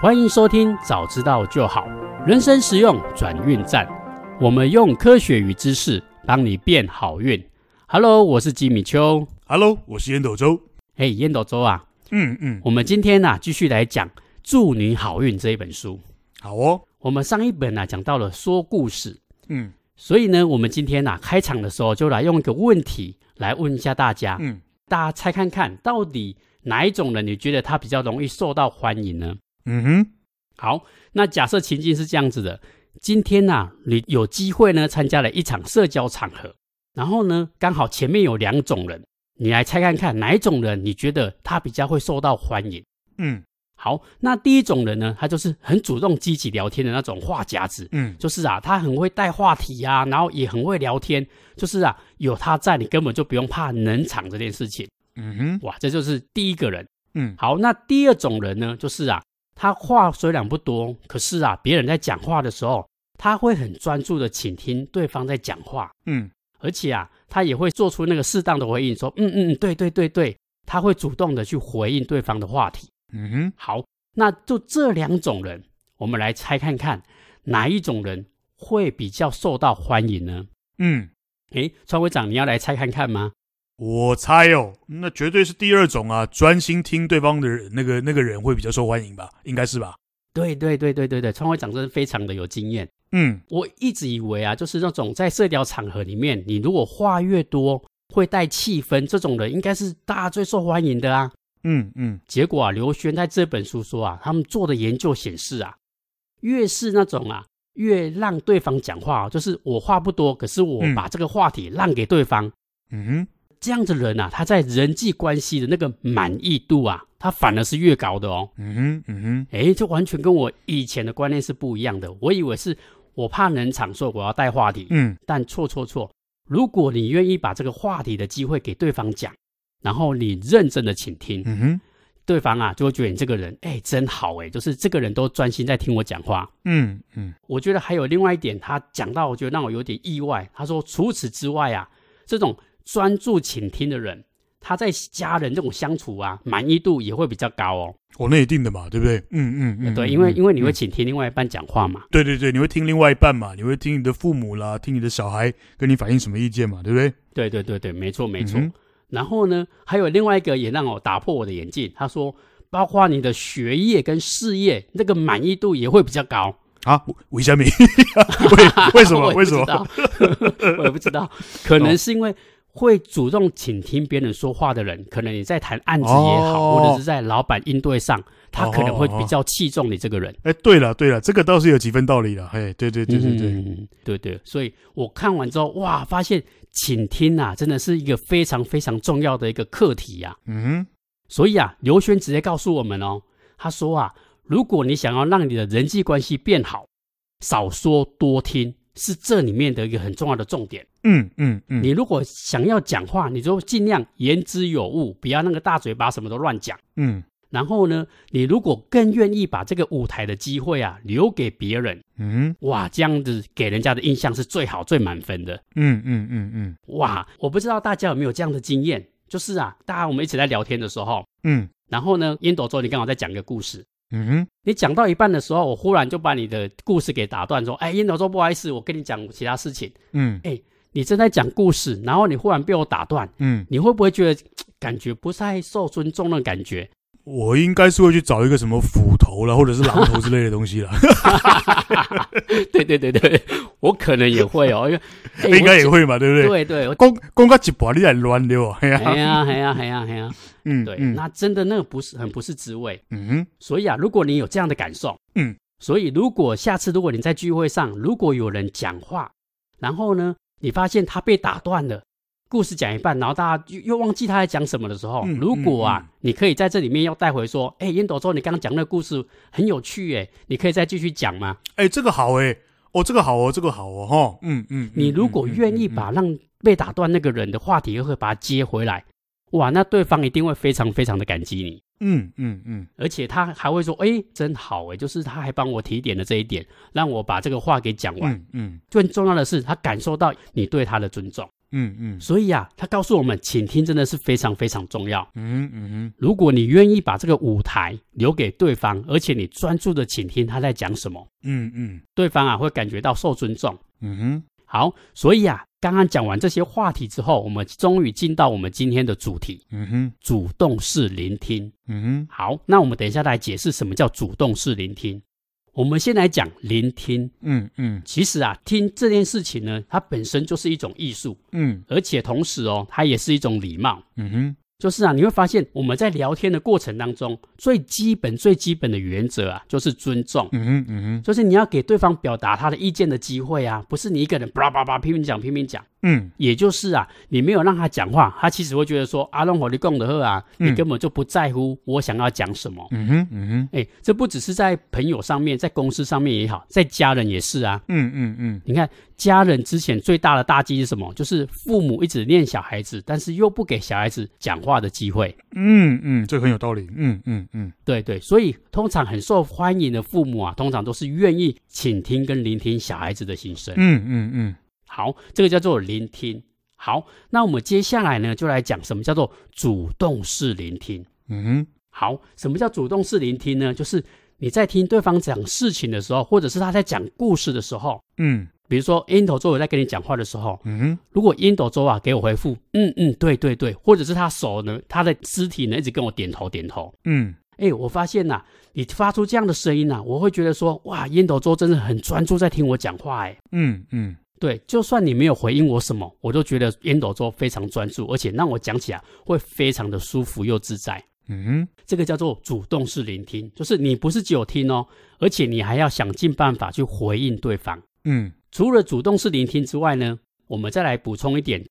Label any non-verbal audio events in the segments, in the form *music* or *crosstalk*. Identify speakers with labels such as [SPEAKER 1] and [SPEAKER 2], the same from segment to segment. [SPEAKER 1] 欢迎收听《早知道就好》，人生实用转运站。我们用科学与知识帮你变好运。Hello，我是吉米秋。
[SPEAKER 2] Hello，我是烟斗周。
[SPEAKER 1] 嘿，烟斗周啊，
[SPEAKER 2] 嗯嗯，
[SPEAKER 1] 我们今天呢、继续来讲《祝你好运》这一本书。
[SPEAKER 2] 好哦，
[SPEAKER 1] 我们上一本呢、讲到了说故事，
[SPEAKER 2] 嗯
[SPEAKER 1] 所以呢，我们今天呢、开场的时候就来用一个问题来问一下大家，
[SPEAKER 2] 嗯
[SPEAKER 1] 大家猜看看到底哪一种人你觉得他比较容易受到欢迎呢？
[SPEAKER 2] 嗯哼，
[SPEAKER 1] 好，那假设情境是这样子的：今天呐、你有机会呢参加了一场社交场合，然后呢，刚好前面有两种人，你来猜看看哪一种人你觉得他比较会受到欢迎？
[SPEAKER 2] 嗯
[SPEAKER 1] 好，那第一种人呢，他就是很主动、积极聊天的那种话匣子，
[SPEAKER 2] 嗯
[SPEAKER 1] 就是啊，他很会带话题啊，然后也很会聊天，就是啊，有他在，你根本就不用怕冷场这件事情。
[SPEAKER 2] 嗯哼，
[SPEAKER 1] 哇，这就是第一个人。
[SPEAKER 2] 嗯
[SPEAKER 1] 好，那第二种人呢，就是啊，他话虽然不多，可是啊，别人在讲话的时候，他会很专注的倾听对方在讲话，
[SPEAKER 2] 嗯
[SPEAKER 1] 而且啊，他也会做出那个适当的回应，说，嗯嗯，嗯对对对对，他会主动的去回应对方的话题。
[SPEAKER 2] 嗯哼，
[SPEAKER 1] 好，那就这两种人，我们来猜看看哪一种人会比较受到欢迎呢？
[SPEAKER 2] 嗯，
[SPEAKER 1] 诶，川会长，你要来猜看看吗？
[SPEAKER 2] 我猜哦，那绝对是第二种啊，专心听对方的人那个那个人会比较受欢迎吧，应该是吧？
[SPEAKER 1] 对对对对对对，川会长真的非常的有经验。
[SPEAKER 2] 嗯
[SPEAKER 1] 我一直以为啊，就是那种在社交场合里面，你如果话越多，会带气氛，这种人应该是大家最受欢迎的啊。
[SPEAKER 2] 嗯嗯
[SPEAKER 1] 结果啊，刘轩在这本书说啊，他们做的研究显示啊，越是那种啊，越让对方讲话、啊，就是我话不多，可是我
[SPEAKER 2] 嗯
[SPEAKER 1] 把这个话题让给对方，
[SPEAKER 2] 嗯哼，
[SPEAKER 1] 这样的人啊，他在人际关系的那个满意度啊，他反而是越高的哦。
[SPEAKER 2] 嗯哼，嗯哼，
[SPEAKER 1] 诶，这完全跟我以前的观念是不一样的。我以为是我怕冷场，所以我要带话题。
[SPEAKER 2] 嗯
[SPEAKER 1] 但错错错！如果你愿意把这个话题的机会给对方讲，然后你认真的倾听，
[SPEAKER 2] 嗯哼，
[SPEAKER 1] 对方啊就会觉得你这个人，哎，真好哎，就是这个人都专心在听我讲话。
[SPEAKER 2] 嗯嗯
[SPEAKER 1] 我觉得还有另外一点，他讲到我觉得让我有点意外。他说，除此之外啊，这种专注倾听的人，他在家人这种相处啊，满意度也会比较高哦。
[SPEAKER 2] 哦，那一定的嘛，对不对？嗯嗯嗯，
[SPEAKER 1] 呃对，因为
[SPEAKER 2] 嗯
[SPEAKER 1] 因为你会
[SPEAKER 2] 嗯
[SPEAKER 1] 倾听另外一半讲话嘛。
[SPEAKER 2] 对对对，你会听另外一半嘛，你会听你的父母啦，听你的小孩跟你反映什么意见嘛，对不对？
[SPEAKER 1] 对对对对，没错没错。
[SPEAKER 2] 嗯哼
[SPEAKER 1] 然后呢，还有另外一个也让我打破我的眼镜，他说，包括你的学业跟事业，那个满意度也会比较高。
[SPEAKER 2] 啊，我为什么？ *laughs* 为为什么？
[SPEAKER 1] *laughs* 我也不
[SPEAKER 2] 为什
[SPEAKER 1] 知
[SPEAKER 2] 么？
[SPEAKER 1] 道？ *laughs* 我也不知道，可能是因为。会主动倾听别人说话的人，可能你在谈案子也好，
[SPEAKER 2] 哦
[SPEAKER 1] 或者是在老板应对上，他可能会比较器重你这个人。
[SPEAKER 2] 哎，对了对了，这个倒是有几分道理了。嘿，对对对对对，
[SPEAKER 1] 嗯对对，所以我看完之后，哇，发现倾听啊，真的是一个非常非常重要的一个课题啊呀、
[SPEAKER 2] 嗯
[SPEAKER 1] 所以啊，刘轩直接告诉我们哦，他说啊，如果你想要让你的人际关系变好，少说多听是这里面的一个很重要的重点。
[SPEAKER 2] 嗯嗯嗯，
[SPEAKER 1] 你如果想要讲话，你就尽量言之有物，不要那个大嘴巴什么都乱讲。
[SPEAKER 2] 嗯
[SPEAKER 1] 然后呢，你如果更愿意把这个舞台的机会啊留给别人，
[SPEAKER 2] 嗯
[SPEAKER 1] 哇，这样子给人家的印象是最好、最满分的。
[SPEAKER 2] 嗯嗯嗯嗯
[SPEAKER 1] 哇，我不知道大家有没有这样的经验，就是啊，大家我们一起在聊天的时候，
[SPEAKER 2] 嗯
[SPEAKER 1] 然后呢，烟斗周你刚好在讲一个故事，
[SPEAKER 2] 嗯
[SPEAKER 1] 你讲到一半的时候，我忽然就把你的故事给打断，说：“哎，烟头说不好意思，我跟你讲其他事情。
[SPEAKER 2] 嗯
[SPEAKER 1] 你正在讲故事，然后你忽然被我打断，
[SPEAKER 2] 嗯，
[SPEAKER 1] 你会不会觉得嘖感觉不太受尊重的感觉？
[SPEAKER 2] 我应该是会去找一个什么斧头了，或者是榔头之类的东西了，
[SPEAKER 1] 对对对对，我可能也会哦，因为、 *laughs* 哎
[SPEAKER 2] 应该也。会嘛，对
[SPEAKER 1] 我
[SPEAKER 2] 不
[SPEAKER 1] 对
[SPEAKER 2] 对？
[SPEAKER 1] 对，我
[SPEAKER 2] 公公个一把你来乱溜，啊嘿 *laughs*
[SPEAKER 1] 哎
[SPEAKER 2] 呀，
[SPEAKER 1] 呀哎呀哎呀哎呀，
[SPEAKER 2] 嗯，
[SPEAKER 1] 对，
[SPEAKER 2] 嗯
[SPEAKER 1] 那真的那个不是很不是滋味。
[SPEAKER 2] 嗯
[SPEAKER 1] 所以啊，如果你有这样的感受，
[SPEAKER 2] 嗯，
[SPEAKER 1] 所以如果下次如果你在聚会上，如果有人讲话，然后呢，你发现他被打断了，故事讲一半，然后大家又又忘记他在讲什么的时候，
[SPEAKER 2] 嗯
[SPEAKER 1] 如果啊，
[SPEAKER 2] 嗯嗯
[SPEAKER 1] 你可以在这里面要带回说，哎，烟斗周，你刚刚讲那个故事很有趣，哎，你可以再继续讲吗？
[SPEAKER 2] 哎，这个好哎，哦，这个好哦，这个好哦，哈，嗯嗯，
[SPEAKER 1] 你如果愿意把让被打断那个人的话题会把它接回来，哇，那对方一定会非常非常的感激你。
[SPEAKER 2] 嗯嗯嗯
[SPEAKER 1] 而且他还会说：“哎，真好哎，就是他还帮我提点了这一点，让我把这个话给讲完。
[SPEAKER 2] 嗯嗯
[SPEAKER 1] 最重要的是，他感受到你对他的尊重。
[SPEAKER 2] 嗯嗯
[SPEAKER 1] 所以啊，他告诉我们，倾听真的是非常非常重要。
[SPEAKER 2] 嗯嗯
[SPEAKER 1] 如果你愿意把这个舞台留给对方，而且你专注的倾听他在讲什么，
[SPEAKER 2] 嗯嗯
[SPEAKER 1] 对方啊会感觉到受尊重。
[SPEAKER 2] 嗯哼，
[SPEAKER 1] 好，所以啊，刚刚讲完这些话题之后，我们终于进到我们今天的主题
[SPEAKER 2] 嗯哼，
[SPEAKER 1] ——主动式聆听。
[SPEAKER 2] 嗯哼，
[SPEAKER 1] 好，那我们等一下来解释什么叫主动式聆听。我们先来讲聆听。
[SPEAKER 2] 嗯嗯
[SPEAKER 1] 其实啊，听这件事情呢，它本身就是一种艺术，
[SPEAKER 2] 嗯
[SPEAKER 1] 而且同时哦，它也是一种礼貌。
[SPEAKER 2] 嗯哼，
[SPEAKER 1] 就是啊，你会发现我们在聊天的过程当中，最基本、最基本的原则啊，就是尊重，
[SPEAKER 2] 嗯哼，嗯哼，
[SPEAKER 1] 就是你要给对方表达他的意见的机会啊，不是你一个人叭叭叭拼命讲、拼命讲。
[SPEAKER 2] 嗯
[SPEAKER 1] 也就是啊，你没有让他讲话，他其实会觉得说阿龙火力共的喝啊，
[SPEAKER 2] 嗯
[SPEAKER 1] 你根本就不在乎我想要讲什么。
[SPEAKER 2] 嗯哼，嗯哼，
[SPEAKER 1] 哎，这不只是在朋友上面，在公司上面也好，在家人也是啊。
[SPEAKER 2] 嗯嗯嗯
[SPEAKER 1] 你看，家人之前最大的大忌是什么？就是父母一直念小孩子，但是又不给小孩子讲话的机会。
[SPEAKER 2] 嗯嗯，这个很有道理。嗯嗯嗯
[SPEAKER 1] 对对，所以通常很受欢迎的父母啊，通常都是愿意倾听跟聆听小孩子的心声。
[SPEAKER 2] 嗯嗯嗯
[SPEAKER 1] 好，这个叫做聆听。好，那我们接下来呢，就来讲什么叫做主动式聆听。
[SPEAKER 2] 嗯哼，
[SPEAKER 1] 好，什么叫主动式聆听呢？就是你在听对方讲事情的时候，或者是他在讲故事的时候，
[SPEAKER 2] 嗯
[SPEAKER 1] 比如说樱头周我在跟你讲话的时候，
[SPEAKER 2] 嗯哼，
[SPEAKER 1] 如果樱头周啊给我回复，嗯嗯，对对对，或者是他手呢，他的肢体呢一直跟我点头点头，
[SPEAKER 2] 嗯
[SPEAKER 1] 哎，我发现呐、你发出这样的声音呐、我会觉得说，哇，烟斗周真的很专注在听我讲话，哎，
[SPEAKER 2] 嗯嗯
[SPEAKER 1] 对，就算你没有回应我什么，我都觉得烟斗周非常专注，而且让我讲起来会非常的舒服又自在。
[SPEAKER 2] 嗯哼，
[SPEAKER 1] 这个叫做主动式聆听，就是你不是只有听哦，而且你还要想尽办法去回应对方。
[SPEAKER 2] 嗯
[SPEAKER 1] 除了主动式聆听之外呢，我们再来补充一点，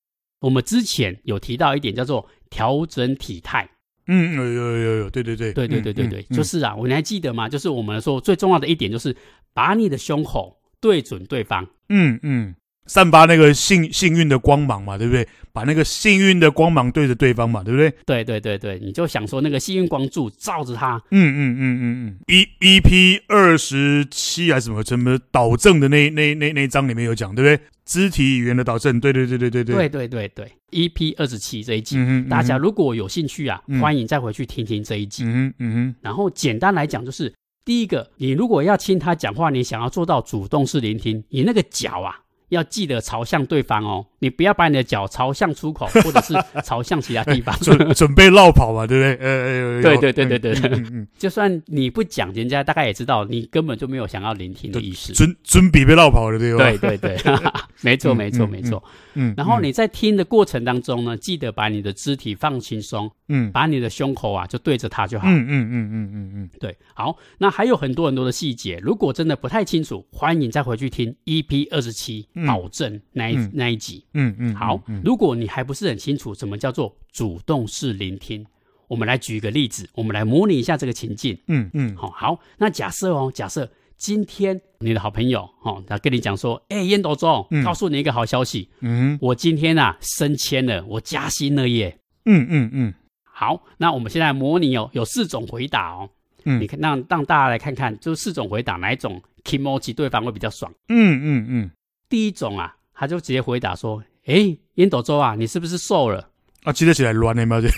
[SPEAKER 1] 我们之前有提到一点叫做调整体态。
[SPEAKER 2] 嗯，有有有有，对对对，
[SPEAKER 1] 对对对对对，
[SPEAKER 2] 嗯
[SPEAKER 1] 就是啊，我你还记得吗？就是我们说最重要的一点就是把你的胸口对准对方。
[SPEAKER 2] 嗯嗯，散发那个幸幸运的光芒嘛，对不对？把那个幸运的光芒对着对方嘛，对不对？
[SPEAKER 1] 对对对对，你就想说那个幸运光柱照着他，
[SPEAKER 2] 嗯嗯嗯嗯嗯，E E P 二十七还是什么什么导正的那那那那一章里面有讲，对不对？肢体语言的导正，对对对对对对，
[SPEAKER 1] 对对对对，EP 二十七这一集，
[SPEAKER 2] 嗯哼，
[SPEAKER 1] 大家如果有兴趣啊，
[SPEAKER 2] 嗯
[SPEAKER 1] 欢迎再回去听听这一集。
[SPEAKER 2] 嗯哼嗯
[SPEAKER 1] 然后简单来讲，就是第一个，你如果要听他讲话，你想要做到主动式聆听，你那个脚啊。要记得朝向对方哦，你不要把你的脚朝向出口，或者是朝向其他地
[SPEAKER 2] *laughs*
[SPEAKER 1] 方。
[SPEAKER 2] 哼，准准备绕跑嘛，对不对？呃呃，嗯嗯。
[SPEAKER 1] 就算你不讲，人家大概也知道你根本就没有想要聆听的意思。
[SPEAKER 2] 尊尊比被绕跑了，对吧？
[SPEAKER 1] 对，对对， *laughs* 没错
[SPEAKER 2] 嗯
[SPEAKER 1] 没错
[SPEAKER 2] 嗯
[SPEAKER 1] 没错。
[SPEAKER 2] 嗯。
[SPEAKER 1] 然后，你在听的过程当中呢，记得把你的肢体放轻松，
[SPEAKER 2] 嗯，
[SPEAKER 1] 把你的胸口啊就对着它就好。
[SPEAKER 2] 嗯嗯嗯嗯嗯嗯，
[SPEAKER 1] 对，好。那还有很多很多的细节，如果真的不太清楚，欢迎再回去听 EP 二十七
[SPEAKER 2] 嗯
[SPEAKER 1] 保证那一
[SPEAKER 2] 嗯
[SPEAKER 1] 那一集。
[SPEAKER 2] 嗯嗯，
[SPEAKER 1] 好，如果你还不是很清楚什么叫做主动式聆听，我们来举一个例子，我们来模拟一下这个情境。
[SPEAKER 2] 嗯嗯，
[SPEAKER 1] 好、好，那假设哦，假设今天你的好朋友哦，他跟你讲说，哎、烟斗中
[SPEAKER 2] 嗯，
[SPEAKER 1] 告诉你一个好消息，
[SPEAKER 2] 嗯
[SPEAKER 1] 我今天啊升迁了，我加薪了耶。
[SPEAKER 2] 嗯嗯嗯
[SPEAKER 1] 好，那我们现在模拟哦，有四种回答哦，
[SPEAKER 2] 嗯
[SPEAKER 1] 你看让让大家来看看，就是四种回答哪一种 k i m o j i 对方会比较爽。
[SPEAKER 2] 嗯嗯嗯，
[SPEAKER 1] 第一种啊，他就直接回答说，哎、烟斗周啊，你是不是瘦了？ *laughs*
[SPEAKER 2] 啊，记得起来乱的嘛，
[SPEAKER 1] 对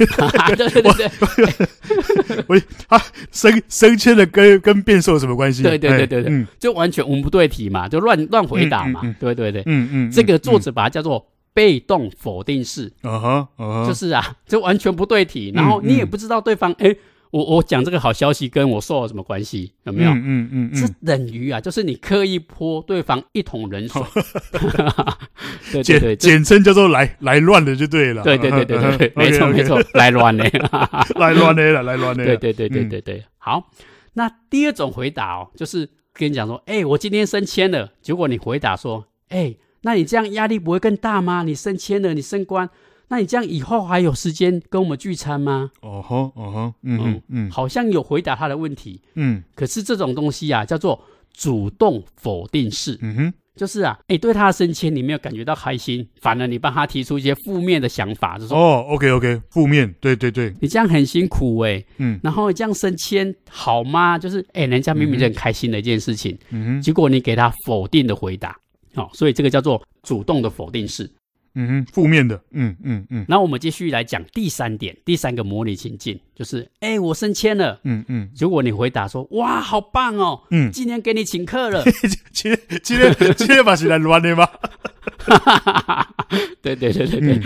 [SPEAKER 1] 对对对
[SPEAKER 2] *laughs* 升升迁的跟跟变瘦有什么关系？嗯
[SPEAKER 1] 就完全文不对题嘛，就乱乱回答嘛，
[SPEAKER 2] 嗯嗯嗯
[SPEAKER 1] 对对对，
[SPEAKER 2] 嗯嗯，
[SPEAKER 1] 这个作者把它叫做被动否定式。
[SPEAKER 2] 啊哈啊
[SPEAKER 1] 就
[SPEAKER 2] 哈，
[SPEAKER 1] 是啊，这完全不对题，然
[SPEAKER 2] 嗯
[SPEAKER 1] 后你也不知道对方，哎、我我讲这个好消息跟我受了什么关系，有没有？
[SPEAKER 2] 嗯嗯
[SPEAKER 1] 这
[SPEAKER 2] 嗯，
[SPEAKER 1] 等于啊，就是你刻意泼对方一桶冷水，对对对
[SPEAKER 2] 简
[SPEAKER 1] 这
[SPEAKER 2] 简称叫做来来乱的就对了，
[SPEAKER 1] 对对对对对
[SPEAKER 2] *laughs*
[SPEAKER 1] 对，没错没，错，来乱嘞，
[SPEAKER 2] 来乱的了，来乱的，
[SPEAKER 1] 对对对对对对，好，那第二种回答哦，就是跟你讲说，哎，我今天升迁了，结果你回答说，哎，那你这样压力不会更大吗？你升迁了，你升官，那你这样以后还有时间跟我们聚餐吗？
[SPEAKER 2] 哦吼哦吼，嗯嗯
[SPEAKER 1] 好像有回答他的问题，
[SPEAKER 2] 嗯
[SPEAKER 1] 可是这种东西啊，叫做主动否定式，
[SPEAKER 2] 嗯哼，
[SPEAKER 1] 就是啊，你对他的升迁你没有感觉到开心，反而你帮他提出一些负面的想法，就说、
[SPEAKER 2] 哦，OK OK，负面，对对对，
[SPEAKER 1] 你这样很辛苦哎、
[SPEAKER 2] 嗯
[SPEAKER 1] 然后你这样升迁好吗？就是哎、人家明明是很开心的一件事情，
[SPEAKER 2] 嗯
[SPEAKER 1] 结果你给他否定的回答，哦，所以这个叫做主动的否定式。
[SPEAKER 2] 嗯嗯哼，负面的，嗯嗯嗯
[SPEAKER 1] 那我们继续来讲第三点，第三个模拟情境就是，哎，我升迁了，
[SPEAKER 2] 嗯嗯，
[SPEAKER 1] 结果你回答说，哇，好棒哦，
[SPEAKER 2] 嗯
[SPEAKER 1] 今天给你请客了，
[SPEAKER 2] *laughs* 今天今天今天把是来乱的吗？
[SPEAKER 1] *laughs* 对对对对对，
[SPEAKER 2] 嗯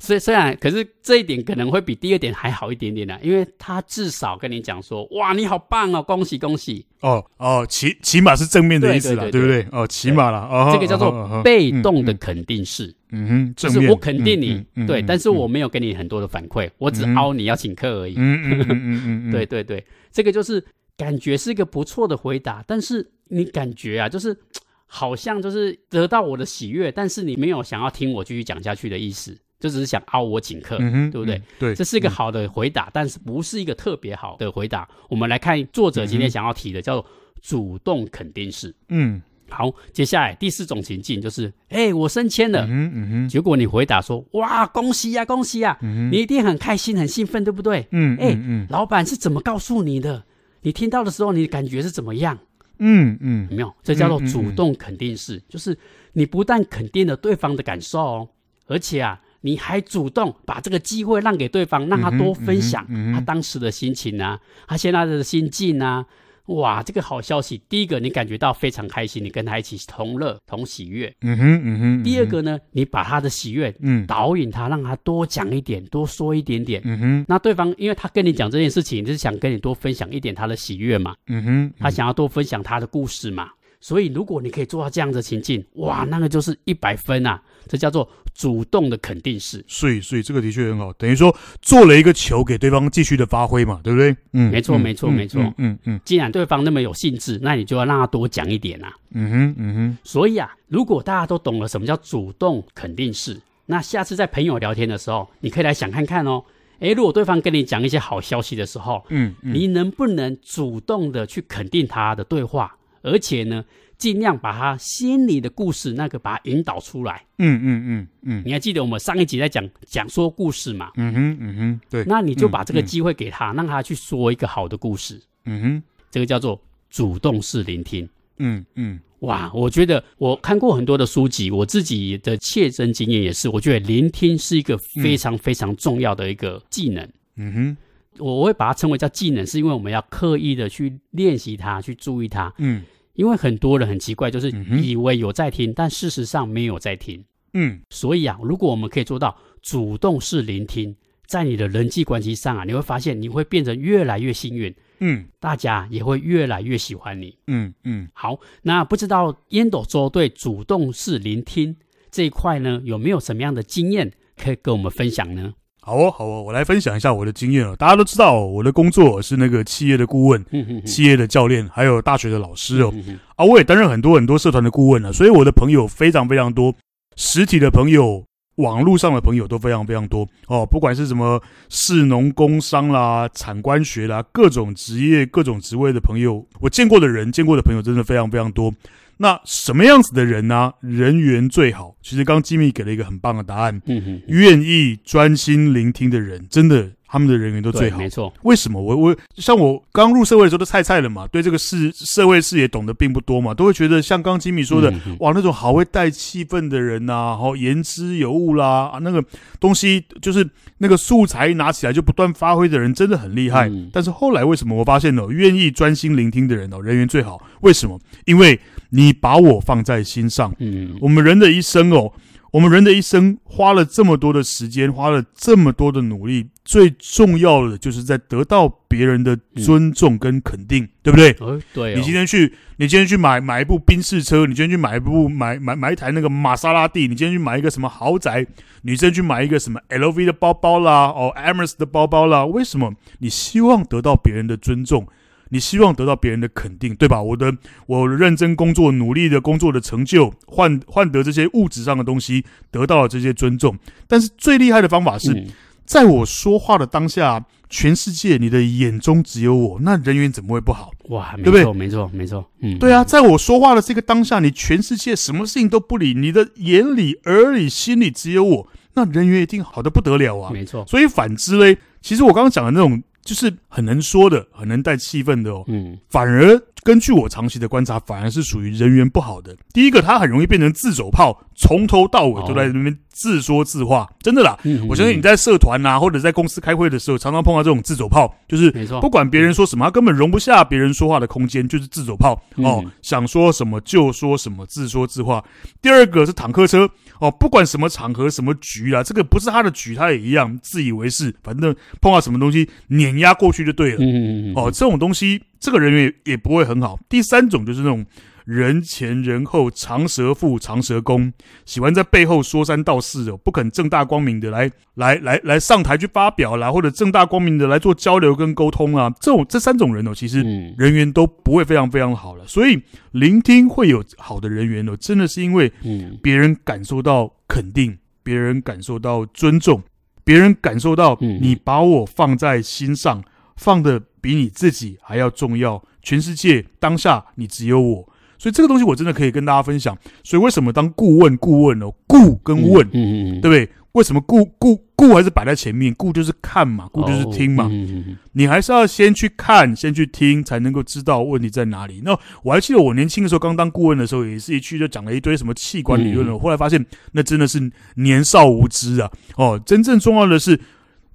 [SPEAKER 1] 虽虽然，可是这一点可能会比第二点还好一点点啦、因为他至少跟你讲说，哇，你好棒哦，恭喜恭喜，
[SPEAKER 2] 哦哦，起起码是正面的意思啦，
[SPEAKER 1] 对
[SPEAKER 2] 对
[SPEAKER 1] 对
[SPEAKER 2] 不
[SPEAKER 1] 对
[SPEAKER 2] 对？哦，起码啦，哦，
[SPEAKER 1] 这个叫
[SPEAKER 2] 哦
[SPEAKER 1] 做，被动的
[SPEAKER 2] 嗯
[SPEAKER 1] 肯定式，
[SPEAKER 2] 嗯嗯哼，
[SPEAKER 1] 就
[SPEAKER 2] 正
[SPEAKER 1] 是
[SPEAKER 2] 面，
[SPEAKER 1] 我肯定你
[SPEAKER 2] 嗯，嗯嗯
[SPEAKER 1] 对，
[SPEAKER 2] 嗯
[SPEAKER 1] 但是我没有给你很多的反馈，我只
[SPEAKER 2] 嗯
[SPEAKER 1] 凹你要请客而已。
[SPEAKER 2] 嗯嗯嗯嗯嗯，
[SPEAKER 1] *laughs*
[SPEAKER 2] 嗯
[SPEAKER 1] 对，对对，这个就是感觉是一个不错的回答，但是你感觉啊，就是嘖好像就是得到我的喜悦，但是你没有想要听我继续讲下去的意思，就只是想凹我请客。
[SPEAKER 2] 嗯哼，
[SPEAKER 1] 对不对
[SPEAKER 2] 嗯？对，
[SPEAKER 1] 这是一个
[SPEAKER 2] 嗯
[SPEAKER 1] 好的回答，但是不是一个特别好的回答。我们来看作者今天想要提的，叫做主动肯定式。
[SPEAKER 2] 嗯
[SPEAKER 1] 好，接下来第四种情境就是，哎，我升迁了，
[SPEAKER 2] 嗯哼嗯哼
[SPEAKER 1] 结果你回答说，哇，恭喜呀、恭喜呀、
[SPEAKER 2] 嗯哼
[SPEAKER 1] 你一定很开心，很兴奋，对不对？
[SPEAKER 2] 嗯
[SPEAKER 1] 哎
[SPEAKER 2] 嗯
[SPEAKER 1] 老板是怎么告诉你的？你听到的时候，你感觉是怎么样？
[SPEAKER 2] 嗯嗯
[SPEAKER 1] 有没有？这叫做
[SPEAKER 2] 嗯嗯
[SPEAKER 1] 主动肯定式，就是你不但肯定了对方的感受哦，而且啊，你还主动把这个机会让给对方，让他多分享
[SPEAKER 2] 嗯哼嗯哼
[SPEAKER 1] 他当时的心情啊，他现在的心境啊。哇，这个好消息！第一个，你感觉到非常开心，你跟他一起同乐同喜悦；
[SPEAKER 2] 嗯哼嗯哼，
[SPEAKER 1] 第二个呢，你把他的喜悦
[SPEAKER 2] 嗯，嗯
[SPEAKER 1] 导引他，让他多讲一点，多说一点点。
[SPEAKER 2] 嗯哼
[SPEAKER 1] 那对方，因为他跟你讲这件事情，就是想跟你多分享一点他的喜悦嘛。
[SPEAKER 2] 嗯哼，
[SPEAKER 1] 他想要多分享他的故事嘛。所以，如果你可以做到这样的情境，哇，那个就是一百分啊！这叫做主动的肯定式。
[SPEAKER 2] 所以，所以这个的确很好，等于说做了一个球给对方继续的发挥嘛，对不对？嗯，
[SPEAKER 1] 没错
[SPEAKER 2] 嗯
[SPEAKER 1] 没错
[SPEAKER 2] 嗯
[SPEAKER 1] 没错
[SPEAKER 2] 嗯嗯嗯
[SPEAKER 1] 既然对方那么有兴致，那你就要让他多讲一点啊。
[SPEAKER 2] 嗯哼嗯哼，
[SPEAKER 1] 所以啊，如果大家都懂了什么叫主动肯定式，那下次在朋友聊天的时候，你可以来想看看哦。诶，如果对方跟你讲一些好消息的时候，
[SPEAKER 2] 嗯嗯
[SPEAKER 1] 你能不能主动的去肯定他的对话，而且呢，尽量把他心里的故事那个把它引导出来。
[SPEAKER 2] 嗯嗯嗯嗯
[SPEAKER 1] 你还记得我们上一集在讲讲说故事嘛？
[SPEAKER 2] 嗯哼嗯哼，对，
[SPEAKER 1] 那你就把这个
[SPEAKER 2] 嗯嗯
[SPEAKER 1] 机会给他，让他去说一个好的故事，
[SPEAKER 2] 嗯哼
[SPEAKER 1] 这个叫做主动式聆听。
[SPEAKER 2] 嗯嗯
[SPEAKER 1] 哇，我觉得我看过很多的书籍，我自己的切身经验也是，我觉得聆听是一个非常非常重要的一个技能。
[SPEAKER 2] 嗯哼
[SPEAKER 1] 我我会把它称为叫技能，是因为我们要刻意的去练习它，去注意它。
[SPEAKER 2] 嗯
[SPEAKER 1] 因为很多人很奇怪，就是
[SPEAKER 2] 嗯哼
[SPEAKER 1] 以为有在听，但事实上没有在听。
[SPEAKER 2] 嗯
[SPEAKER 1] 所以啊，如果我们可以做到主动式聆听，在你的人际关系上啊，你会发现你会变得越来越幸运，
[SPEAKER 2] 嗯
[SPEAKER 1] 大家也会越来越喜欢你。
[SPEAKER 2] 嗯嗯
[SPEAKER 1] 好，那不知道烟斗周对主动式聆听这一块呢，有没有什么样的经验可以跟我们分享呢？
[SPEAKER 2] 好哦，好哦，我来分享一下我的经验哦。大家都知道、我的工作是那个企业的顾问、
[SPEAKER 1] 嗯哼
[SPEAKER 2] 企业的教练，还有大学的老师哦。
[SPEAKER 1] 嗯哼
[SPEAKER 2] 啊，我也担任很多很多社团的顾问了、啊所以我的朋友非常非常多，实体的朋友、网络上的朋友都非常非常多哦。不管是什么士农工商啦、产官学啦，各种职业、各种职位的朋友，我见过的人、见过的朋友真的非常非常多。那什么样子的人呢、人缘最好。其实刚吉米给了一个很棒的答案，
[SPEAKER 1] 嗯哼，
[SPEAKER 2] 愿意专心聆听的人，真的他们的人缘都
[SPEAKER 1] 对
[SPEAKER 2] 最好
[SPEAKER 1] 没。错，
[SPEAKER 2] 为什么我我像我刚入社会的时候都菜菜了嘛，对这个世社会视野懂得并不多嘛，都会觉得像刚吉米说的，
[SPEAKER 1] 嗯哼
[SPEAKER 2] 哇，那种好会带气氛的人呐、然后言之有物啦，啊，那个东西就是那个素材拿起来就不断发挥的人，真的很厉害。
[SPEAKER 1] 嗯
[SPEAKER 2] 但是后来为什么我发现哦，愿意专心聆听的人哦，人缘最好？为什么？因为你把我放在心上。
[SPEAKER 1] 嗯，
[SPEAKER 2] 我们人的一生哦，我们人的一生花了这么多的时间，花了这么多的努力，最重要的就是在得到别人的尊重跟肯定，对不对？
[SPEAKER 1] 哦，对哦，
[SPEAKER 2] 你今天去，你今天去买买一部宾士车，你今天去买一部买买买一台那个玛莎拉蒂，你今天去买一个什么豪宅，女生去买一个什么 LV 的包包啦，哦 a m e r s 的包包啦，为什么？你希望得到别人的尊重，你希望得到别人的肯定，对吧？我的我认真工作、努力的工作的成就，换换得这些物质上的东西，得到了这些尊重。但是最厉害的方法是，
[SPEAKER 1] 嗯
[SPEAKER 2] 在我说话的当下，全世界你的眼中只有我，那人缘怎么会不好？
[SPEAKER 1] 哇，没
[SPEAKER 2] 对不对
[SPEAKER 1] 错没错没错，嗯，
[SPEAKER 2] 对啊，在我说话的这个当下，你全世界什么事情都不理，你的眼里、耳里、心里只有我，那人缘一定好的不得了啊！
[SPEAKER 1] 没错，
[SPEAKER 2] 所以反之嘞，其实我刚刚讲的那种，就是很能说的、很能带气氛的哦，
[SPEAKER 1] 嗯
[SPEAKER 2] 反而根据我长期的观察，反而是属于人缘不好的。第一个，他很容易变成自走炮，从头到尾都
[SPEAKER 1] 哦
[SPEAKER 2] 在那边自说自话，真的啦。
[SPEAKER 1] 嗯
[SPEAKER 2] 我相信你在社团啊，或者在公司开会的时候，常常碰到这种自走炮，就是
[SPEAKER 1] 没错
[SPEAKER 2] 不管别人说什么，他根本容不下别人说话的空间，就是自走炮哦
[SPEAKER 1] 嗯，
[SPEAKER 2] 想说什么就说什么，自说自话。第二个是坦克车哦，不管什么场合、什么局啦，这个不是他的局，他也一样自以为是，反正碰到什么东西碾压过去就对了。
[SPEAKER 1] 嗯嗯嗯
[SPEAKER 2] 哦，这种东西，这个人缘也不会很好。第三种就是那种人前人后长舌妇、长舌公，喜欢在背后说三道四的，不肯正大光明的来来来来上台去发表啦，或者正大光明的来做交流跟沟通啊。这种这三种人哦，其实
[SPEAKER 1] 嗯
[SPEAKER 2] 人缘都不会非常非常好了。所以聆听会有好的人缘哦，真的是因为
[SPEAKER 1] 嗯
[SPEAKER 2] 别人感受到肯定，别人感受到尊重，别人感受到
[SPEAKER 1] 嗯
[SPEAKER 2] 你把我放在心上，放的比你自己还要重要。全世界当下你只有我，所以这个东西我真的可以跟大家分享。所以为什么当顾问顾问哦，顾跟问，
[SPEAKER 1] 嗯嗯嗯，
[SPEAKER 2] 对不对？为什么顾顾顾还是摆在前面？顾就是看嘛，顾就是听嘛。
[SPEAKER 1] 哦嗯嗯
[SPEAKER 2] 你还是要先去看，先去听，才能够知道问题在哪里。那我还记得我年轻的时候，刚当顾问的时候，也是一去就讲了一堆什么器官理论了。
[SPEAKER 1] 嗯
[SPEAKER 2] 后来发现那真的是年少无知啊！哦，真正重要的是，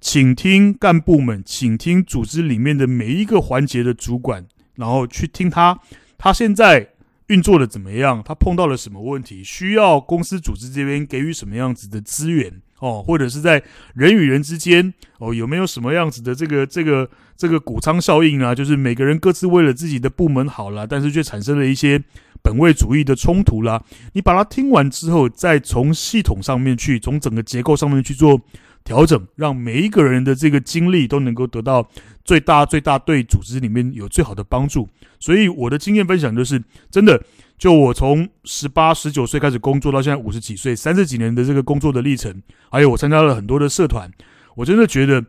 [SPEAKER 2] 请听干部们，请听组织里面的每一个环节的主管，然后去听他，他现在。运作的怎么样？他碰到了什么问题？需要公司组织这边给予什么样子的资源哦？或者是在人与人之间哦，有没有什么样子的这个这个这个谷仓效应啊，就是每个人各自为了自己的部门好啦，但是却产生了一些本位主义的冲突啦。你把它听完之后，再从系统上面去，从整个结构上面去做调整，让每一个人的这个精力都能够得到最大最大对组织里面有最好的帮助。所以我的经验分享就是，真的。就我从十八、十九岁开始工作到现在五十几岁，三十几年的这个工作的历程，还有我参加了很多的社团，我真的觉得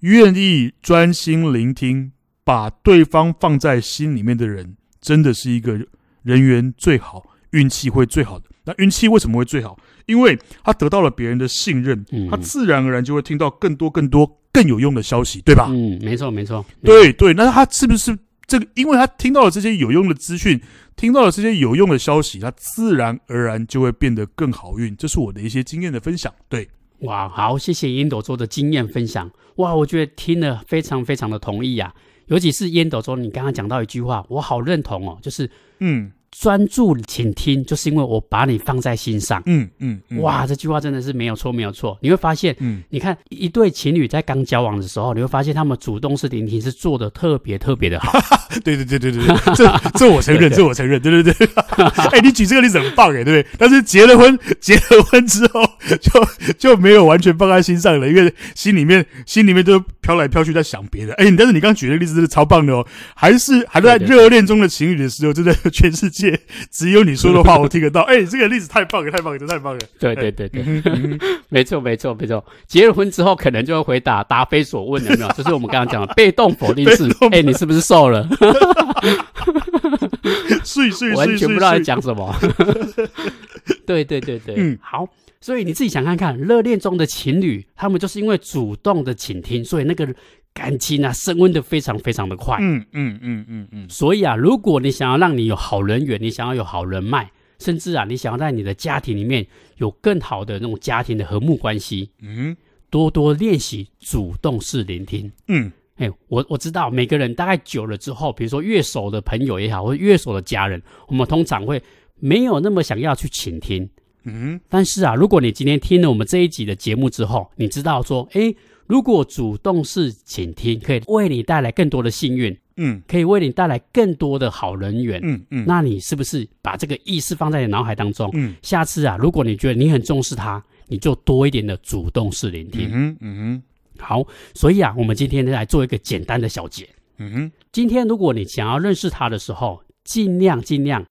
[SPEAKER 2] 愿意专心聆听，把对方放在心里面的人，真的是一个人缘最好、运气会最好的。那运气为什么会最好？因为他得到了别人的信任，
[SPEAKER 1] 嗯
[SPEAKER 2] 他自然而然就会听到更多、更多、更有用的消息，对吧？
[SPEAKER 1] 嗯，没错没错，
[SPEAKER 2] 对对，那他是不是这个？因为他听到了这些有用的资讯，听到了这些有用的消息，他自然而然就会变得更好运。这是我的一些经验的分享。对，
[SPEAKER 1] 哇，好，谢谢烟斗周的经验分享。哇，我觉得听了非常非常的同意啊，尤其是烟斗周，你刚刚讲到一句话，我好认同哦，就是
[SPEAKER 2] 嗯
[SPEAKER 1] 专注倾听，就是因为我把你放在心上。
[SPEAKER 2] 嗯嗯，嗯，
[SPEAKER 1] 哇，这句话真的是没有错，没有错。你会发现，
[SPEAKER 2] 嗯
[SPEAKER 1] 你看一对情侣在刚交往的时候，你会发现他们主动式聆听是做的特别特别的好。
[SPEAKER 2] 对对对对对，对这这我承认，这我承认，对对对。哎，你举这个例子很棒哎，对不对？但是结了婚，结了婚之后就就没有完全放在心上了，因为心里面心里面都飘来飘去在想别的。哎，但是你刚举的例子真的超棒的哦，还是还在
[SPEAKER 1] 对对对
[SPEAKER 2] 热恋中的情侣的时候，真的全世界只有你说的话我听得到。哎，这个例子太棒了，太棒了，真的太棒了。 *laughs*
[SPEAKER 1] 对对对对，
[SPEAKER 2] 嗯哼
[SPEAKER 1] *laughs* 没错没错没错。结了婚之后，可能就会回答答非所问，有没有？就是我们刚刚
[SPEAKER 2] *laughs*
[SPEAKER 1] 讲的被动否定式
[SPEAKER 2] 被动。
[SPEAKER 1] 哎、你是不是瘦
[SPEAKER 2] *laughs*
[SPEAKER 1] 了？
[SPEAKER 2] 嗯睡睡
[SPEAKER 1] 完
[SPEAKER 2] 睡
[SPEAKER 1] 全不
[SPEAKER 2] 睡
[SPEAKER 1] 知道在
[SPEAKER 2] 睡，
[SPEAKER 1] 讲什么。
[SPEAKER 2] *laughs*
[SPEAKER 1] 对对对对，
[SPEAKER 2] 嗯
[SPEAKER 1] 好。所以你自己想看看，热恋中的情侣，他们就是因为主动的倾听，所以那个感情啊升温的非常非常的快。
[SPEAKER 2] 嗯嗯嗯嗯嗯，
[SPEAKER 1] 所以啊，如果你想要让你有好人缘，你想要有好人脉，甚至啊，你想要在你的家庭里面有更好的那种家庭的和睦关系，
[SPEAKER 2] 嗯
[SPEAKER 1] 多多练习主动式聆听。
[SPEAKER 2] 嗯
[SPEAKER 1] 哎，我我知道每个人大概久了之后，比如说越熟的朋友也好，或者越熟的家人，我们通常会没有那么想要去倾听。
[SPEAKER 2] 嗯
[SPEAKER 1] 但是啊，如果你今天听了我们这一集的节目之后，你知道说，哎，如果主动式倾听可以为你带来更多的幸运，
[SPEAKER 2] 嗯
[SPEAKER 1] 可以为你带来更多的好人缘，
[SPEAKER 2] 嗯嗯，
[SPEAKER 1] 那你是不是把这个意识放在你脑海当中？
[SPEAKER 2] 嗯
[SPEAKER 1] 下次啊，如果你觉得你很重视它，你就多一点的主动式聆
[SPEAKER 2] 嗯
[SPEAKER 1] 听。
[SPEAKER 2] 哼嗯哼
[SPEAKER 1] 好，所以啊，我们今天来做一个简单的小结。
[SPEAKER 2] 嗯哼。
[SPEAKER 1] 今天如果你想要认识他的时候，尽量尽量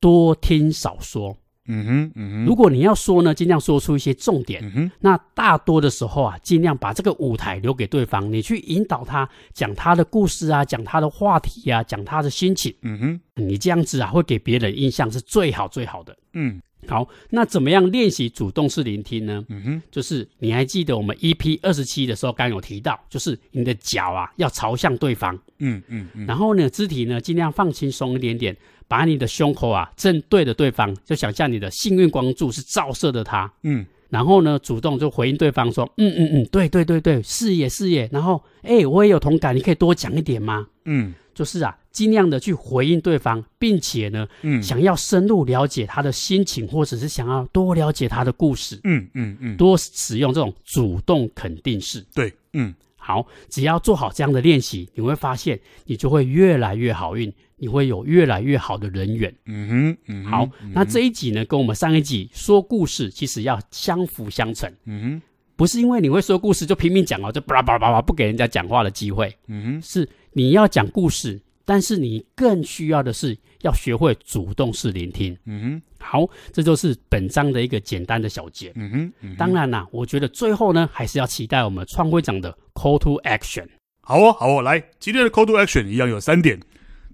[SPEAKER 1] 多听少说。
[SPEAKER 2] 嗯哼，嗯哼，
[SPEAKER 1] 如果你要说呢，尽量说出一些重点。
[SPEAKER 2] 嗯哼，
[SPEAKER 1] 那大多的时候啊，尽量把这个舞台留给对方，你去引导他讲他的故事啊，讲他的话题啊，讲他的心情。
[SPEAKER 2] 嗯哼，
[SPEAKER 1] 你这样子啊，会给别人印象是最好最好的。
[SPEAKER 2] 嗯
[SPEAKER 1] 好，那怎么样练习主动式聆听呢？
[SPEAKER 2] 嗯哼，
[SPEAKER 1] 就是你还记得我们 EP 二十七的时候，刚刚有提到，就是你的脚啊要朝向对方，
[SPEAKER 2] 嗯嗯嗯，
[SPEAKER 1] 然后呢，肢体呢尽量放轻松一点点，把你的胸口啊正对着对方，就想象你的幸运光柱是照射着他，
[SPEAKER 2] 嗯
[SPEAKER 1] 然后呢，主动就回应对方说，嗯嗯嗯，对对对对，是也是也，然后哎、我也有同感，你可以多讲一点吗？
[SPEAKER 2] 嗯
[SPEAKER 1] 就是啊，尽量的去回应对方，并且呢，
[SPEAKER 2] 嗯，
[SPEAKER 1] 想要深入了解他的心情，或者是想要多了解他的故事，
[SPEAKER 2] 嗯嗯嗯，
[SPEAKER 1] 多使用这种主动肯定式。
[SPEAKER 2] 对，嗯
[SPEAKER 1] 好，只要做好这样的练习，你会发现你就会越来越好运，你会有越来越好的人缘。
[SPEAKER 2] 嗯哼，嗯哼
[SPEAKER 1] 好，，那这一集呢，跟我们上一集说故事其实要相辅相成，
[SPEAKER 2] 嗯哼，
[SPEAKER 1] 不是因为你会说故事就拼命讲哦，就巴拉巴拉巴拉不给人家讲话的机会，
[SPEAKER 2] 嗯哼，
[SPEAKER 1] 是你要讲故事，但是你更需要的是要学会主动式聆听。
[SPEAKER 2] 嗯哼，
[SPEAKER 1] 好，这就是本章的一个简单的小结。
[SPEAKER 2] 嗯哼，嗯哼，
[SPEAKER 1] 当然啦、我觉得最后呢，还是要期待我们创会长的 call to action。
[SPEAKER 2] 好哦，好哦，来，今天的 Call to Action 一样有三点。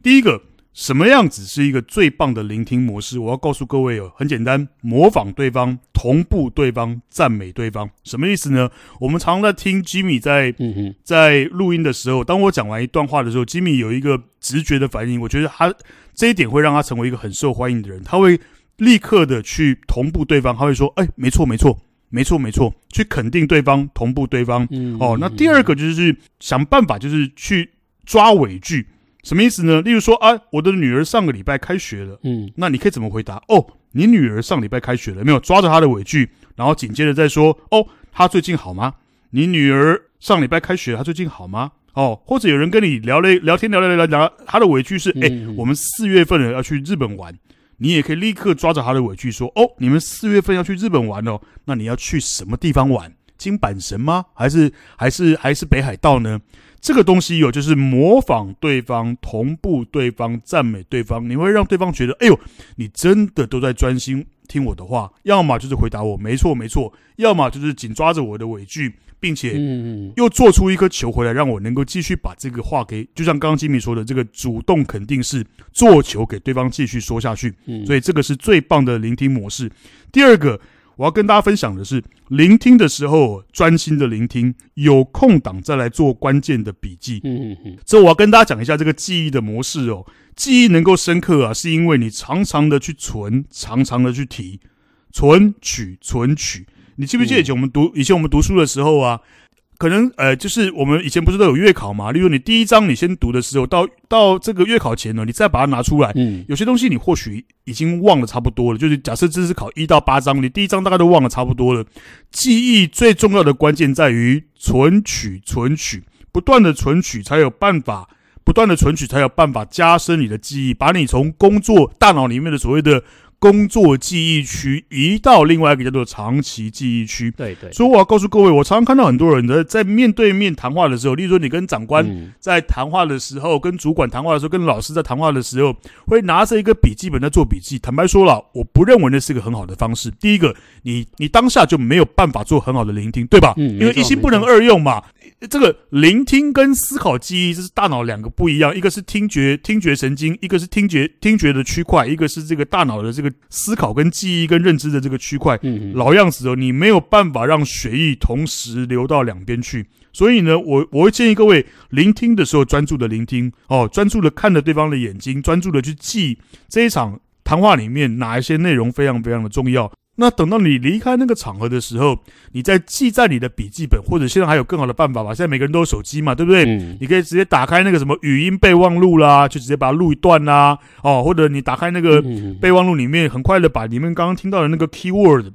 [SPEAKER 2] 第一个，什么样子是一个最棒的聆听模式？我要告诉各位哦，很简单，模仿对方，同步对方，赞美对方。什么意思呢？我们常在听 Jimmy 在
[SPEAKER 1] 嗯哼，
[SPEAKER 2] 在录音的时候，当我讲完一段话的时候，Jimmy 有一个直觉的反应，我觉得他这一点会让他成为一个很受欢迎的人，他会立刻的去同步对方，他会说：“哎，没错，没错，没错，没错，去肯定对方，同步对方。”
[SPEAKER 1] 嗯
[SPEAKER 2] 哦，那第二个就是想办法，就是去抓尾句，什么意思呢？例如说啊，我的女儿上个礼拜开学了，
[SPEAKER 1] 嗯
[SPEAKER 2] 那你可以怎么回答？哦，你女儿上礼拜开学了，没有抓着她的尾句，然后紧接着再说，哦，她最近好吗？你女儿上礼拜开学，她最近好吗？哦，或者有人跟你聊了聊天，聊聊聊聊，她的尾句是，哎、
[SPEAKER 1] 嗯
[SPEAKER 2] 我们四月份了要去日本玩。你也可以立刻抓着她的尾句说：“哦，你们四月份要去日本玩哦，那你要去什么地方玩？金板神吗？还是还是还是北海道呢？”这个东西有就是模仿对方、同步对方、赞美对方，你会让对方觉得：“哎呦，你真的都在专心听我的话，要么就是回答我没错没错，要么就是紧抓着我的尾句，并且
[SPEAKER 1] 嗯嗯
[SPEAKER 2] 又做出一颗球回来，让我能够继续把这个话给，就像刚刚吉米说的，这个主动肯定是做球给对方继续说下去，
[SPEAKER 1] 嗯，
[SPEAKER 2] 所以这个是最棒的聆听模式。第二个。我要跟大家分享的是，聆听的时候专心的聆听，有空档再来做关键的笔记。
[SPEAKER 1] 嗯嗯嗯
[SPEAKER 2] 这我要跟大家讲一下这个记忆的模式哦。记忆能够深刻啊，是因为你常常的去存，常常的去提，存取存取。你记不记得以前我们读、以前我们读书的时候啊？可能呃，就是我们以前不是都有月考嘛？例如你第一章你先读的时候，到到这个月考前呢，你再把它拿出来，
[SPEAKER 1] 嗯
[SPEAKER 2] 有些东西你或许已经忘了差不多了，就是假设这是考一到八章，你第一章大概都忘了差不多了。记忆最重要的关键在于存取，存取，不断的存取才有办法，不断的存取才有办法加深你的记忆，把你从工作大脑里面的所谓的工作记忆区移到另外一个叫做长期记忆区。
[SPEAKER 1] 对对，
[SPEAKER 2] 所以我要告诉各位，我常常看到很多人在在面对面谈话的时候，例如说你跟长官
[SPEAKER 1] 嗯
[SPEAKER 2] 在谈话的时候，跟主管谈话的时候，跟老师在谈话的时候，会拿着一个笔记本在做笔记。坦白说了，我不认为那是一个很好的方式。第一个，你你当下就没有办法做很好的聆听，对吧？
[SPEAKER 1] 嗯
[SPEAKER 2] 因为
[SPEAKER 1] 没错
[SPEAKER 2] 一心不能二用嘛。这个聆听跟思考记忆，这是大脑两个不一样，一个是听觉听觉神经，一个是听觉听觉的区块，一个是这个大脑的这个思考跟记忆跟认知的这个区块。
[SPEAKER 1] 嗯嗯
[SPEAKER 2] 老样子哦，你没有办法让血液同时流到两边去。所以呢，我我会建议各位聆听的时候专注的聆听哦，专注的看着对方的眼睛，专注的去记这一场谈话里面哪一些内容非常非常的重要。那等到你离开那个场合的时候，你再记在你的笔记本，或者现在还有更好的办法吧？现在每个人都有手机嘛，对不对？
[SPEAKER 1] 嗯
[SPEAKER 2] 你可以直接打开那个什么语音备忘录啦，就直接把它录一段啦，哦，或者你打开那个
[SPEAKER 1] 嗯
[SPEAKER 2] 备忘录里面，很快的把你们刚刚听到的那个 keyword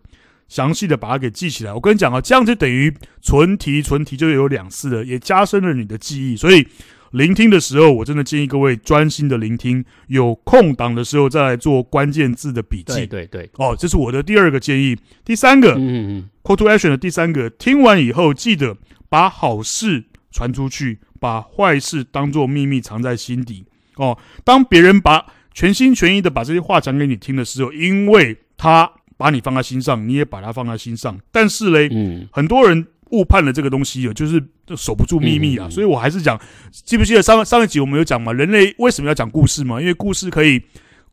[SPEAKER 2] 详细的把它给记起来。我跟你讲啊，这样就等于存题，存题就有两次了，也加深了你的记忆。所以聆听的时候，我真的建议各位专心的聆听，有空档的时候再来做关键字的笔
[SPEAKER 1] 对
[SPEAKER 2] 记。
[SPEAKER 1] 对对，
[SPEAKER 2] 哦，这是我的第二个建议。第三个、
[SPEAKER 1] 嗯嗯
[SPEAKER 2] call to action 的第三个，听完以后记得把好事传出去，把坏事当做秘密藏在心底。哦，当别人把全心全意的把这些话讲给你听的时候，因为他把你放在心上，你也把他放在心上。但是嘞，
[SPEAKER 1] 嗯
[SPEAKER 2] 很多人误判了这个东西哦，就是守不住秘密
[SPEAKER 1] 嗯
[SPEAKER 2] 啊。
[SPEAKER 1] 嗯嗯
[SPEAKER 2] 所以我还是讲，记不记得上上一集我们有讲嘛？人类为什么要讲故事嘛？因为故事可以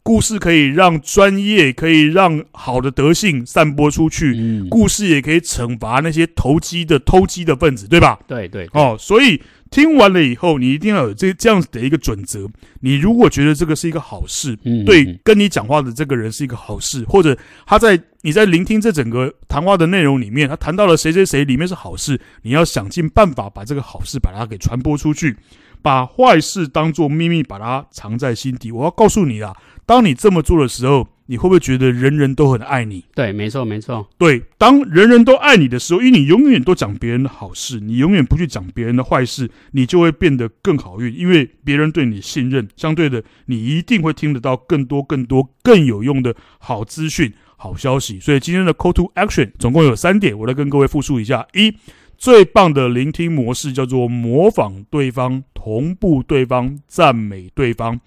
[SPEAKER 2] 故事可以让专业，可以让好的德性散播出去，
[SPEAKER 1] 嗯，
[SPEAKER 2] 故事也可以惩罚那些投机的、偷鸡的分子，对吧？
[SPEAKER 1] 对对，对
[SPEAKER 2] 哦，所以听完了以后，你一定要有这这样子的一个准则。你如果觉得这个是一个好事，
[SPEAKER 1] 嗯，
[SPEAKER 2] 对
[SPEAKER 1] 嗯
[SPEAKER 2] 跟你讲话的这个人是一个好事，或者他在你在聆听这整个谈话的内容里面，他谈到了谁谁谁里面是好事，你要想尽办法把这个好事把它给传播出去，把坏事当做秘密把它藏在心底。我要告诉你啦，当你这么做的时候，你会不会觉得人人都很爱你？
[SPEAKER 1] 对，没错没错，
[SPEAKER 2] 对，当人人都爱你的时候，因为你永远都讲别人的好事，你永远不去讲别人的坏事，你就会变得更好运，因为别人对你信任，相对的，你一定会听得到更多、更多、更有用的好资讯、好消息。所以今天的 Call to Action 总共有三点，我来跟各位复述一下：一、最棒的聆听模式叫做模仿对方、同步对方、赞美对方。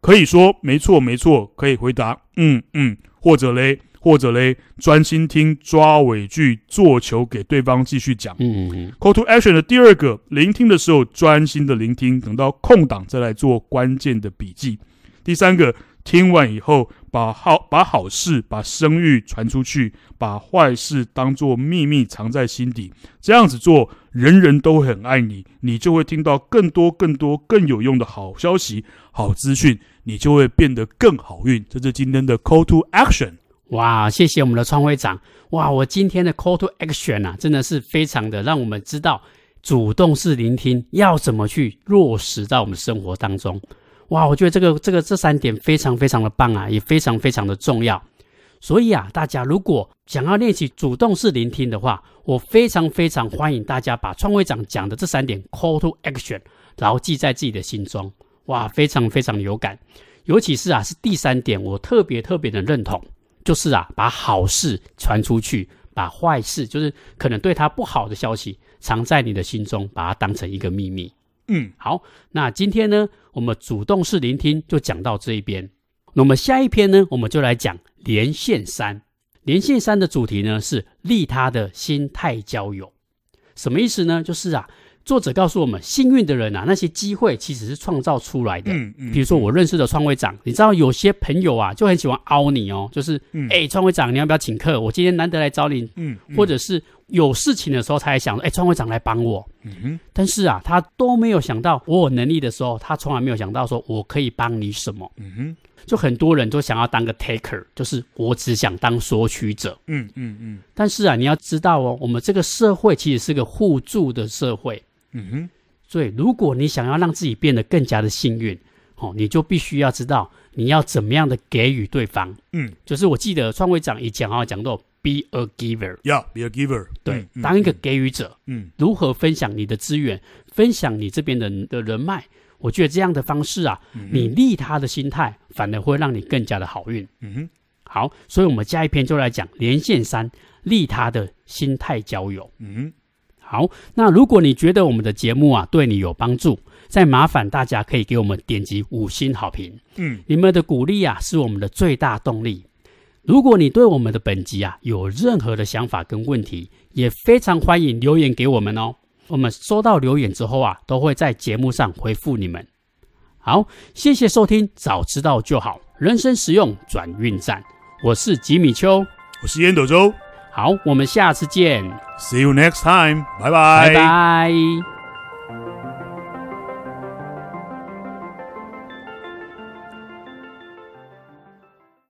[SPEAKER 2] 可以说没错没错，可以回答嗯嗯，或者嘞或者嘞，专心听抓尾句做球给对方继续讲。
[SPEAKER 1] 嗯嗯
[SPEAKER 2] Call to action 的第二个，聆听的时候专心的聆听，等到空档再来做关键的笔记。第三个，听完以后把好把好事、把声誉传出去，把坏事当做秘密藏在心底。这样子做，人人都会很爱你，你就会听到更多、更多、更有用的好消息、好资讯，你就会变得更好运。这是今天的 Call to action。
[SPEAKER 1] 哇，谢谢我们的创会长。哇，我今天的 call to action 啊，真的是非常的让我们知道主动式聆听要怎么去落实到我们生活当中。哇，我觉得这个这个这三点非常非常的棒啊，也非常非常的重要。所以啊，大家如果想要练习主动式聆听的话，我非常非常欢迎大家把创会长讲的这三点 call to action 牢记在自己的心中。哇，非常非常有感，尤其是啊，是第三点，我特别特别的认同。就是啊，把好事传出去，把坏事，就是可能对他不好的消息，藏在你的心中，把它当成一个秘密。
[SPEAKER 2] 嗯，
[SPEAKER 1] 好，那今天呢，我们主动式聆听就讲到这一边。那么下一篇呢，我们就来讲连线三。连线三的主题呢是利他的心态交友，什么意思呢？就是啊，作者告诉我们，幸运的人啊，那些机会其实是创造出来的。
[SPEAKER 2] 嗯嗯
[SPEAKER 1] 比如说我认识的创会长，你知道有些朋友啊就很喜欢凹你哦，就是
[SPEAKER 2] 嗯
[SPEAKER 1] 哎、创会长，你要不要请客？我今天难得来找你，
[SPEAKER 2] 嗯，嗯
[SPEAKER 1] 或者是有事情的时候才想说，哎、创会长来帮我。
[SPEAKER 2] 嗯哼
[SPEAKER 1] 但是啊，他都没有想到我有能力的时候，他从来没有想到说我可以帮你什么。
[SPEAKER 2] 嗯哼
[SPEAKER 1] 就很多人都想要当个 taker，就是我只想当索取者。
[SPEAKER 2] 嗯嗯嗯
[SPEAKER 1] 但是啊，你要知道哦，我们这个社会其实是个互助的社会，
[SPEAKER 2] 嗯哼
[SPEAKER 1] 所以如果你想要让自己变得更加的幸运，哦，你就必须要知道你要怎么样的给予对方。
[SPEAKER 2] 嗯，
[SPEAKER 1] 就是我记得创会长以前好像啊讲过，be a giver，
[SPEAKER 2] 要 be a giver，
[SPEAKER 1] 对
[SPEAKER 2] 嗯，嗯
[SPEAKER 1] 当一个给予者，
[SPEAKER 2] 嗯
[SPEAKER 1] 如何分享你的资源，分享你这边的的人脉。我觉得这样的方式啊，
[SPEAKER 2] 嗯
[SPEAKER 1] 你利他的心态，反而会让你更加的好运。
[SPEAKER 2] 嗯哼
[SPEAKER 1] 好，所以我们下一篇就来讲连线三利他的心态交友。
[SPEAKER 2] 嗯哼
[SPEAKER 1] 好，那如果你觉得我们的节目啊对你有帮助，再麻烦大家可以给我们点击五星好评，
[SPEAKER 2] 嗯
[SPEAKER 1] 你们的鼓励啊是我们的最大动力。如果你对我们的本集啊有任何的想法跟问题，也非常欢迎留言给我们哦。我们收到留言之后啊，都会在节目上回复你们。好，谢谢收听，早知道就好，人生实用转运站，我是吉米秋。
[SPEAKER 2] 我是烟斗周
[SPEAKER 1] 好，我们下次见，
[SPEAKER 2] ，See you next time，拜
[SPEAKER 1] 拜拜